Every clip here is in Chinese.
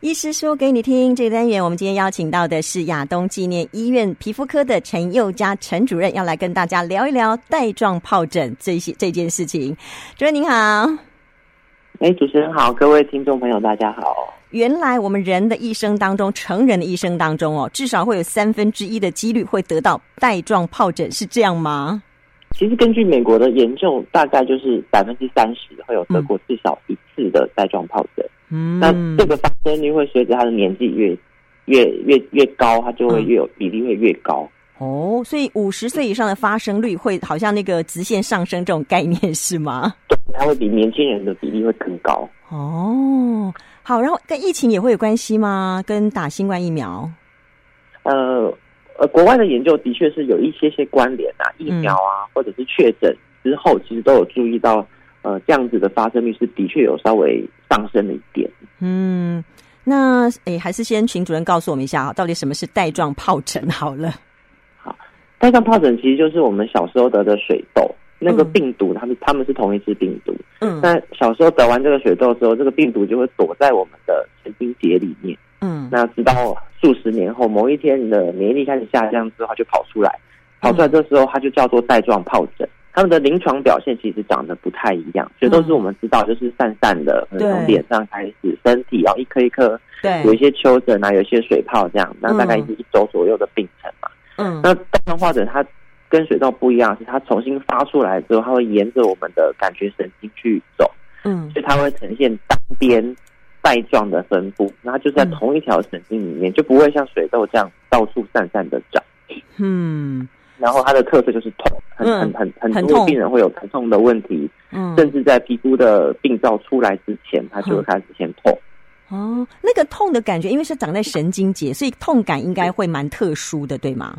医师说给你听这个单元，我们今天邀请到的是亚东纪念医院皮肤科的陈佑嘉陈主任，要来跟大家聊一聊带状疱疹这些这件事情。主任您好，哎，主持人好，各位听众朋友，大家好。原来我们人的一生当中，成人的一生当中哦，至少会有三分之一的几率会得到带状疱疹，是这样吗？其实根据美国的研究，大概就是百分之三十会有得过至少一次的带状疱疹。嗯，那这个发生率会随着他的年纪越越越越高，它就会越有比例会越高。哦，所以五十岁以上的发生率会好像那个直线上升这种概念是吗？对，它会比年轻人的比例会更高。哦，好，然后跟疫情也会有关系吗？跟打新冠疫苗？呃呃，国外的研究的确是有一些些关联啊，疫苗啊，或者是确诊之后，其实都有注意到，呃，这样子的发生率是的确有稍微上升了一点。嗯，那诶，还是先请主任告诉我们一下啊，到底什么是带状疱疹好了？带状疱疹其实就是我们小时候得的水痘，那个嗯病毒它们它们是同一只病毒。嗯那小时候得完这个水痘之后，这个病毒就会躲在我们的神经节里面。嗯那直到数十年后，某一天你的免疫力开始下降之后，它就跑出来，跑嗯出来这时候它就叫做带状疱疹。它们的临床表现其实长得不太一样，所以都是我们知道，就是散散的，可能从嗯对脸上开始，身体，哦然后一颗一颗，对有一，些丘疹啊，有一些水泡这样，那大概嗯是一周左右的病程嘛。嗯那带状疱疹它跟水痘不一样，是它重新发出来之后，它会沿着我们的感觉神经去走，嗯所以它会呈现单边带状的分布，那它嗯就是在同一条神经里面，就不会像水痘这样到处散散的长。嗯然后它的特色就是痛，很嗯很很很很多痛病人会有疼痛的问题，甚嗯，至在皮肤的病灶出来之前，它就会开始先痛。哦，那个痛的感觉，因为是长在神经节，所以痛感应该会蛮特殊的，对吗？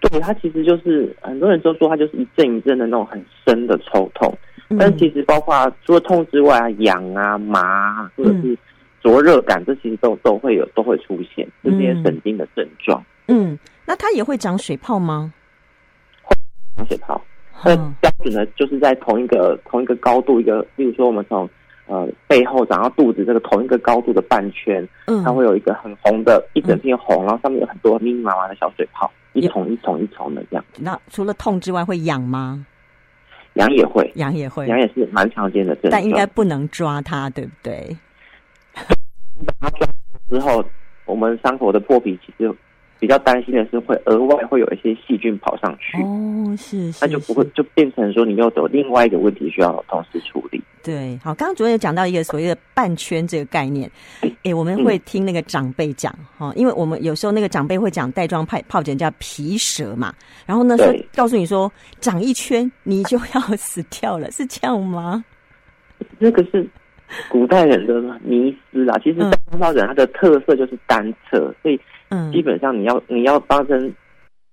对，它其实就是很多人都说它就是一阵一阵的那种很深的抽痛，嗯但其实包括除了痛之外啊，痒啊、麻啊，或者是灼热感，这其实都都会有，都会出现就这些神经的症状。嗯，那它也会长水泡吗？长水泡，那嗯标准的就是在同一个同一个高度，一个，例如说我们从呃背后长到肚子这个同一个高度的半圈，嗯，它会有一个很红的，一整片红，然后上面有很多密密麻麻的小水泡，一有丛一丛一丛的这样，那除了痛之外会痒吗？痒也会，痒也会，痒也是蛮常见的症状。但应该不能抓它，对不对？它抓之后，我们伤口的破皮其实比较担心的是会额外会有一些细菌跑上去，哦，是是，那就不会是就变成说你又有另外一个问题需要同时处理。对。好，刚刚主任有讲到一个所谓的半圈这个概念，哎诶，我嗯们会听那个长辈讲哈、哦因为我们有时候那个长辈会讲带状疱疱疹叫皮蛇嘛，然后呢说对告诉你说长一圈你就要死掉了，是这样吗？那个是古代人的迷思啦。其实嗯单胞人它的特色就是单侧，所以嗯，基本上你要你要发生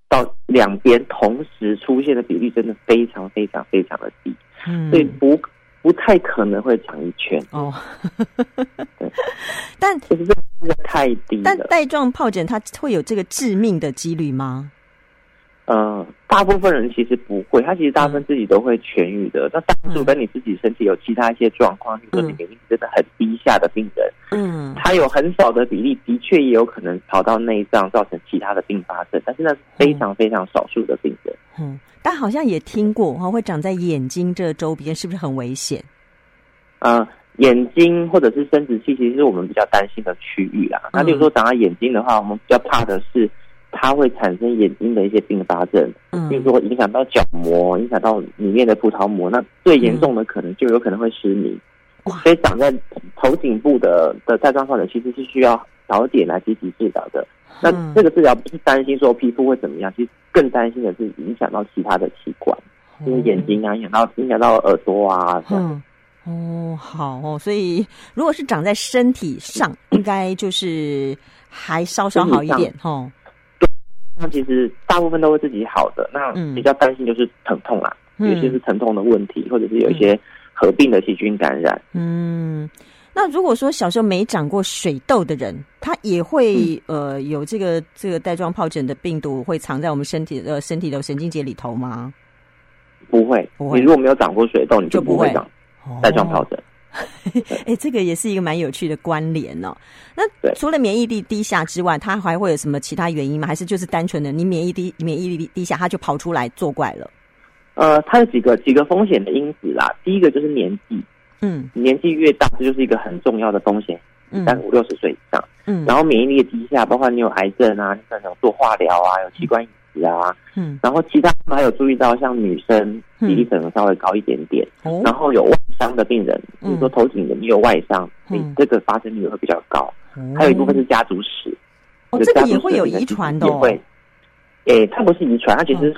到两边同时出现的比率真的非常非常非常的低，嗯所以不不太可能会长一圈，哦对， 但就是这个真的太低但了。带状疱疹它会有这个致命的几率吗？呃，大部分人其实不会，他其实大部分自己都会痊愈的。那当初跟你自己身体有其他一些状况，比如说你嗯免疫力真的很低下的病人，嗯他有很少的比例，的确也有可能跑到内脏，造成其他的并发症，但是那是非常非常少数的病人。嗯，但好像也听过哈，会长在眼睛这周边，是不是很危险？嗯呃，眼睛或者是生殖器，其实是我们比较担心的区域啦。那嗯例如说长在眼睛的话，我们比较怕的是它会产生眼睛的一些并发症，嗯例如说影响到角膜，影响到里面的葡萄膜，那最严重的可能就有可能会失明。嗯哇所以长在头颈部的的带状疱疹其实是需要早点来积极治疗的。那嗯这个治疗不是担心说皮肤会怎么样，其实更担心的是影响到其他的器官，因为眼睛啊，影响到影响到耳朵啊，这样哦嗯。哦，好哦，所以如果是长在身体上，应该就是还稍稍好一点哦。那其实大部分都会自己好的。那嗯比较担心就是疼痛啦，嗯有些是疼痛的问题，或者是有一些合并的细菌感染。嗯，那如果说小时候没长过水痘的人，他也会、嗯呃有这个这个带状疱疹的病毒会藏在我们身体呃身体的神经节里头吗？不会，不会你如果没有长过水痘，你就就不不会会长带状哦疱疹。 哎、这个也是一个蛮有趣的关联哦。那对除了免疫力低下之外，它还会有什么其他原因吗？还是就是单纯的你免疫力免疫力低下，它就跑出来作怪了？呃，它有几个几个风险的因子啦。第一个就是年纪，嗯年纪越大，这就是一个很重要的风险，嗯三五六十岁以上。嗯，然后免疫力的低下，包括你有癌症啊，你可能有做化疗啊，有器官移植啊。嗯然后其他还有注意到，像女生比例可能稍微高一点点，哦然后有外伤的病人，比嗯如说头颈你有外伤，嗯你这个发生率会比较高。哦还有一部分是家族史，哦，就这家个族史也会有的病遗人传的也哦，会。诶、它不是遗传，它其实是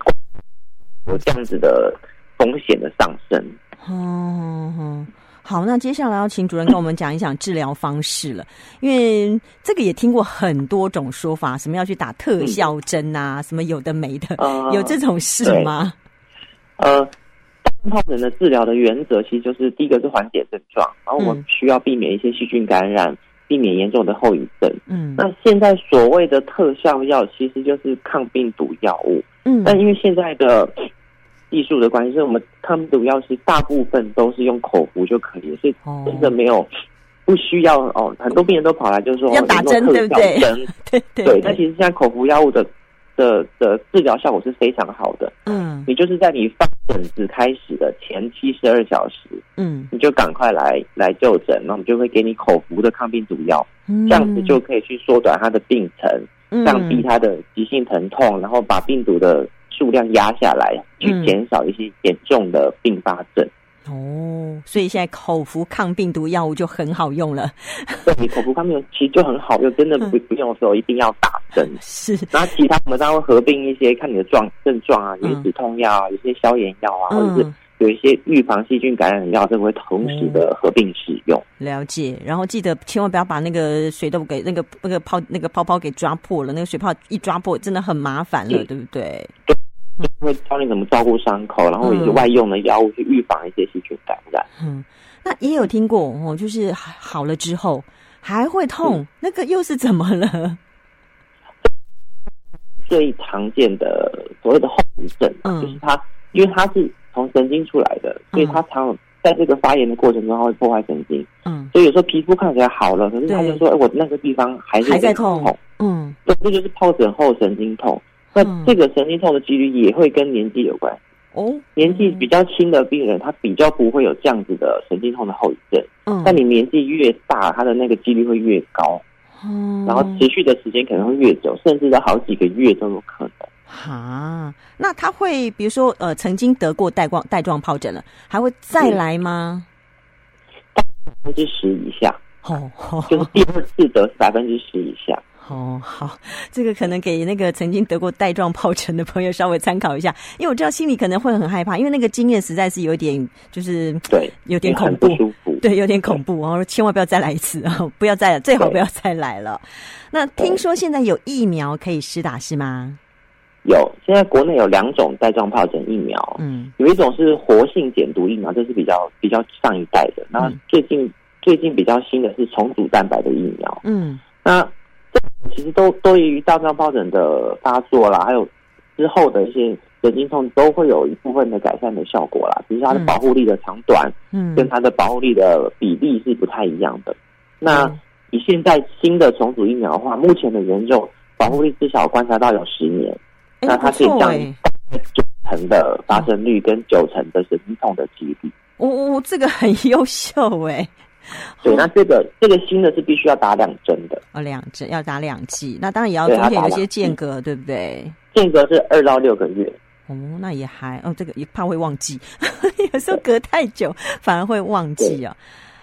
有这样子的风险的上升。哦，好，那接下来要请主任跟我们讲一讲治疗方式了，因为这个也听过很多种说法，什么要去打特嗯效针啊，什么有的没的，呃，有这种事吗？呃，大肠疱疹的治疗的原则其实就是第一个是缓解症状，然后我嗯们需要避免一些细菌感染，避免严重的后遗症。嗯那现在所谓的特效药其实就是抗病毒药物，嗯但因为现在的技术的关系，所以我们抗病毒药是大部分都是用口服就可以了，所以哦真的没有。不需要哦，很多病人都跑来就是说要打哦有没有针对不特效对 针对对对，但其实现在口服药物的的的治疗效果是非常好的。嗯你就是在你发疹子开始的前七十二小时，嗯你就赶快来来就诊，那我们就会给你口服的抗病毒药，嗯这样子就可以去缩短它的病程，降低嗯它的急性疼痛，然后把病毒的数量压下来，去嗯减少一些严重的并发症。哦，所以现在口服抗病毒药物就很好用了，对你口服抗病毒其实就很好用，真的嗯不不用说一定要打针。是然后其他我们当然会合并一些看你的状症状啊，有一些嗯止痛药啊，有一些消炎药啊，或者是嗯。有一些预防细菌感染的药，这个会同时的合并使用。了解，然后记得千万不要把那个水痘给那个那个泡那个泡泡给抓破了，那个水泡一抓破真的很麻烦了，对对不对？会教你怎么照顾伤口，然后以及嗯外用的药物去预防一些细菌感染。嗯，那也有听过哦，就是好了之后还会痛，嗯那个又是怎么了？最常见的所谓的后遗症啊，嗯就是它，因为它是从神经出来的，所以它常有在这个发炎的过程中，它会破坏神经。嗯所以有时候皮肤看起来好了，可是他对就说：“哎，我那个地方还是还在有点痛嗯对，这就是疱疹后神经痛。那嗯这个神经痛的几率也会跟年纪有关。哦，年纪比较轻的病人，他比较不会有这样子的神经痛的后遗症。嗯，但你年纪越大，他的那个几率会越高，嗯然后持续的时间可能会越久，甚至到好几个月都有可能。哈，那他会比如说呃，曾经得过带状带状疱疹了，还会再嗯来吗？百分之十以下，哦，就是第二次得百分之十以下。 哦，好，这个可能给那个曾经得过带状疱疹的朋友稍微参考一下，因为我知道心里可能会很害怕，因为那个经验实在是有点就是对，有点恐很怖不，舒服。 对，有点恐怖哦，千万不要再来一次啊、不要再来，最好对不要再来了。那听说现在有疫苗可以施打是吗？有现在国内有两种带状疱疹疫苗，嗯有一种是活性减毒疫苗，这是比较比较上一代的。那嗯最近、最近比较新的是重组蛋白的疫苗。嗯那这其实都对于大状疱疹的发作啦，还有之后的一些神经痛都会有一部分的改善的效果啦，只是它的嗯保护力的长短嗯，跟它的保护力的比例是不太一样的。那嗯以现在新的重组疫苗的话，目前的研究保护力至少观察到有十年，哎那它可以不错降哎九成的发生率跟九成的神经痛的几率。我我我这个很优秀哎，对，那这个这个新的是必须要打两针的，哦，两剂要打两剂，那当然也要对中要间有打一些两剂间隔，对不对？间隔是二到六个月。哦，那也还哦，这个也怕会忘记， 有时候隔太久反而会忘记哦。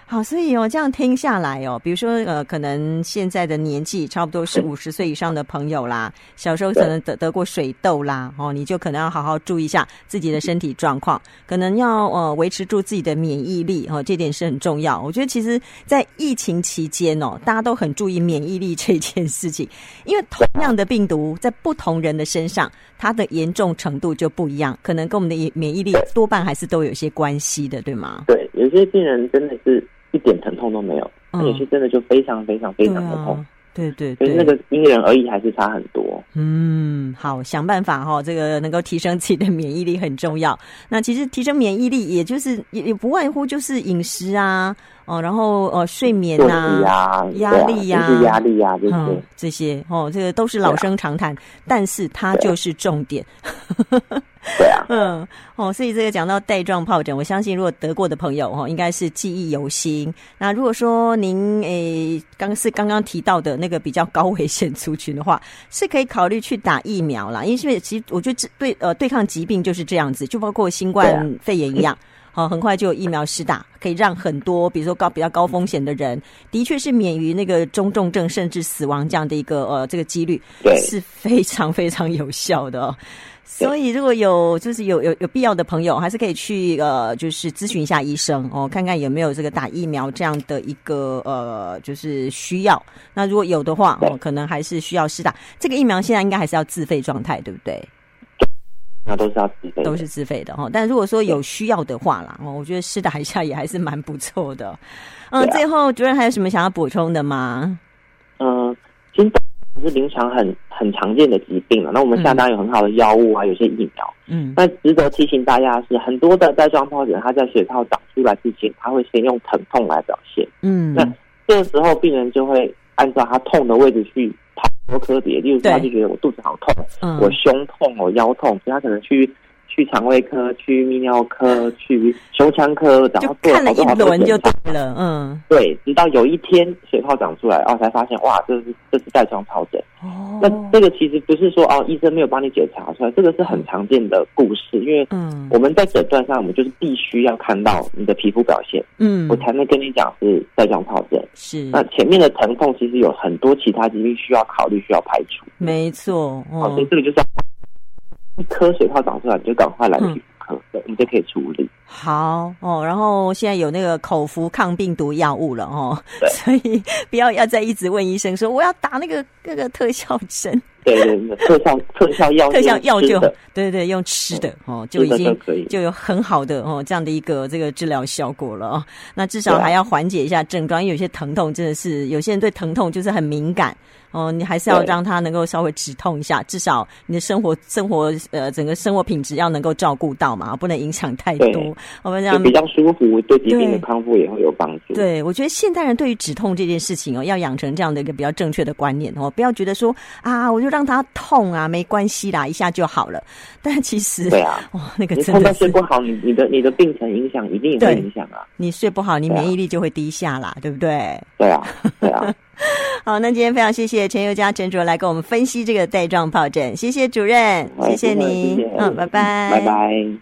好，所以哦，这样听下来哦，比如说呃，可能现在的年纪差不多是对五十岁以上的朋友啦，小时候可能得得过水痘啦，哦，你就可能要好好注意一下自己的身体状况，可能要呃维持住自己的免疫力哦，这点是很重要。我觉得其实，在疫情期间哦，大家都很注意免疫力这件事情，因为同样的病毒在不同人的身上，它的严重程度就不一样，可能跟我们的免免疫力多半还是都有一些关系的，对吗？对，有些病人真的是一点疼痛都没有，嗯那有些真的就非常非常非对常的痛。啊，对对就对，是那个因人而异，还是差很多。嗯，好，想办法哈、这个能够提升自己的免疫力很重要。那其实提升免疫力，也就是也也不外乎就是饮食啊，哦，然后呃睡眠作息呐、啊，压对啊力呀就是压力啊呀，这些嗯，这些哦，这个都是老生常谈，但是它就是重点。对啊，嗯，哦，所以这个讲到带状疱疹，我相信如果得过的朋友哦，应该是记忆犹新。那如果说您诶刚是刚刚提到的那个比较高危险族群的话，是可以考虑去打疫苗啦，因为其实我觉得这对呃对抗疾病就是这样子，就包括新对啊冠肺炎一样。 好，很快就有疫苗施打，可以让很多，比如说高比较高风险的人，的确是免于那个中重症甚至死亡这样的一个呃这个几率。对，是非常非常有效的、哦。所以，如果有就是有有有必要的朋友，还是可以去呃，就是咨询一下医生哦，看看有没有这个打疫苗这样的一个呃，就是需要。那如果有的话，哦，对可能还是需要施打。这个疫苗现在应该还是要自费状态，对不对？那都是要自费的，都是自费的哈。但如果说有需要的话啦，哦，我觉得施打一下也还是蛮不错的。嗯，对啊最后主任还有什么想要补充的吗？嗯，其实是临床很很常见的疾病了。那我们下单有很好的药物啊，有些疫苗。嗯，那值得提醒大家的是，很多的带状疱疹，它在血泡长出来之前，它会先用疼痛来表现。嗯，那这个时候，病人就会按照他痛的位置去跑多科别，例如说对他就觉得我肚子好痛，嗯我胸痛，我腰痛，所以他可能去去肠胃科、去泌尿科、去胸腔科，然就后做看了一好多好多轮就检查对了，嗯，对，直到有一天血泡长出来，哦，才发现哇，这是这是带状疱疹。哦那这个其实不是说哦，医生没有帮你检查出来，这个是很常见的故事，因为嗯我们在诊断上，我们就是必须要看到你的皮肤表现，嗯我才能跟你讲是带状疱疹。是那前面的疼痛其实有很多其他疾病需要考虑、需要排除，没错，好、哦所以，这个就是要一颗水泡长出来，你就赶快来皮嗯肤科，对我们就可以处理。好哦，然后现在有那个口服抗病毒药物了哦，对所以不要要再一直问医生说我要打那个那个特效针、对 对对，特效特效药特效药就是就哦吃的嗯对对，用吃的哦，就吃已的经就可以。就有很好的哦这样的一个这个治疗效果了哦。那至对少啊还要缓解一下症状，因为有些疼痛真的是有些人对疼痛就是很敏感哦，你还是要对让他能够稍微止痛一下，至少你的生活生活呃整个生活品质要能够照顾到嘛，不能影响太对多。哦我们就让比较舒服，对疾病对的康复也会有帮助。对，我觉得现代人对于止痛这件事情哦，要养成这样的一个比较正确的观念哦，不要觉得说啊，我就让它痛啊，没关系啦，一下就好了。但其实，对 啊，哇，那个你真碰到的睡是不好，你你的你的病程影响一定也会影响啊。你睡不好，你对啊免疫力就会低下啦，对不对？对啊，对啊， 好，那今天非常谢谢陈宥嘉陈主任来跟我们分析这个带状疱疹，谢谢主任，好谢谢不会您哎谢谢，哎嗯，拜拜，拜拜。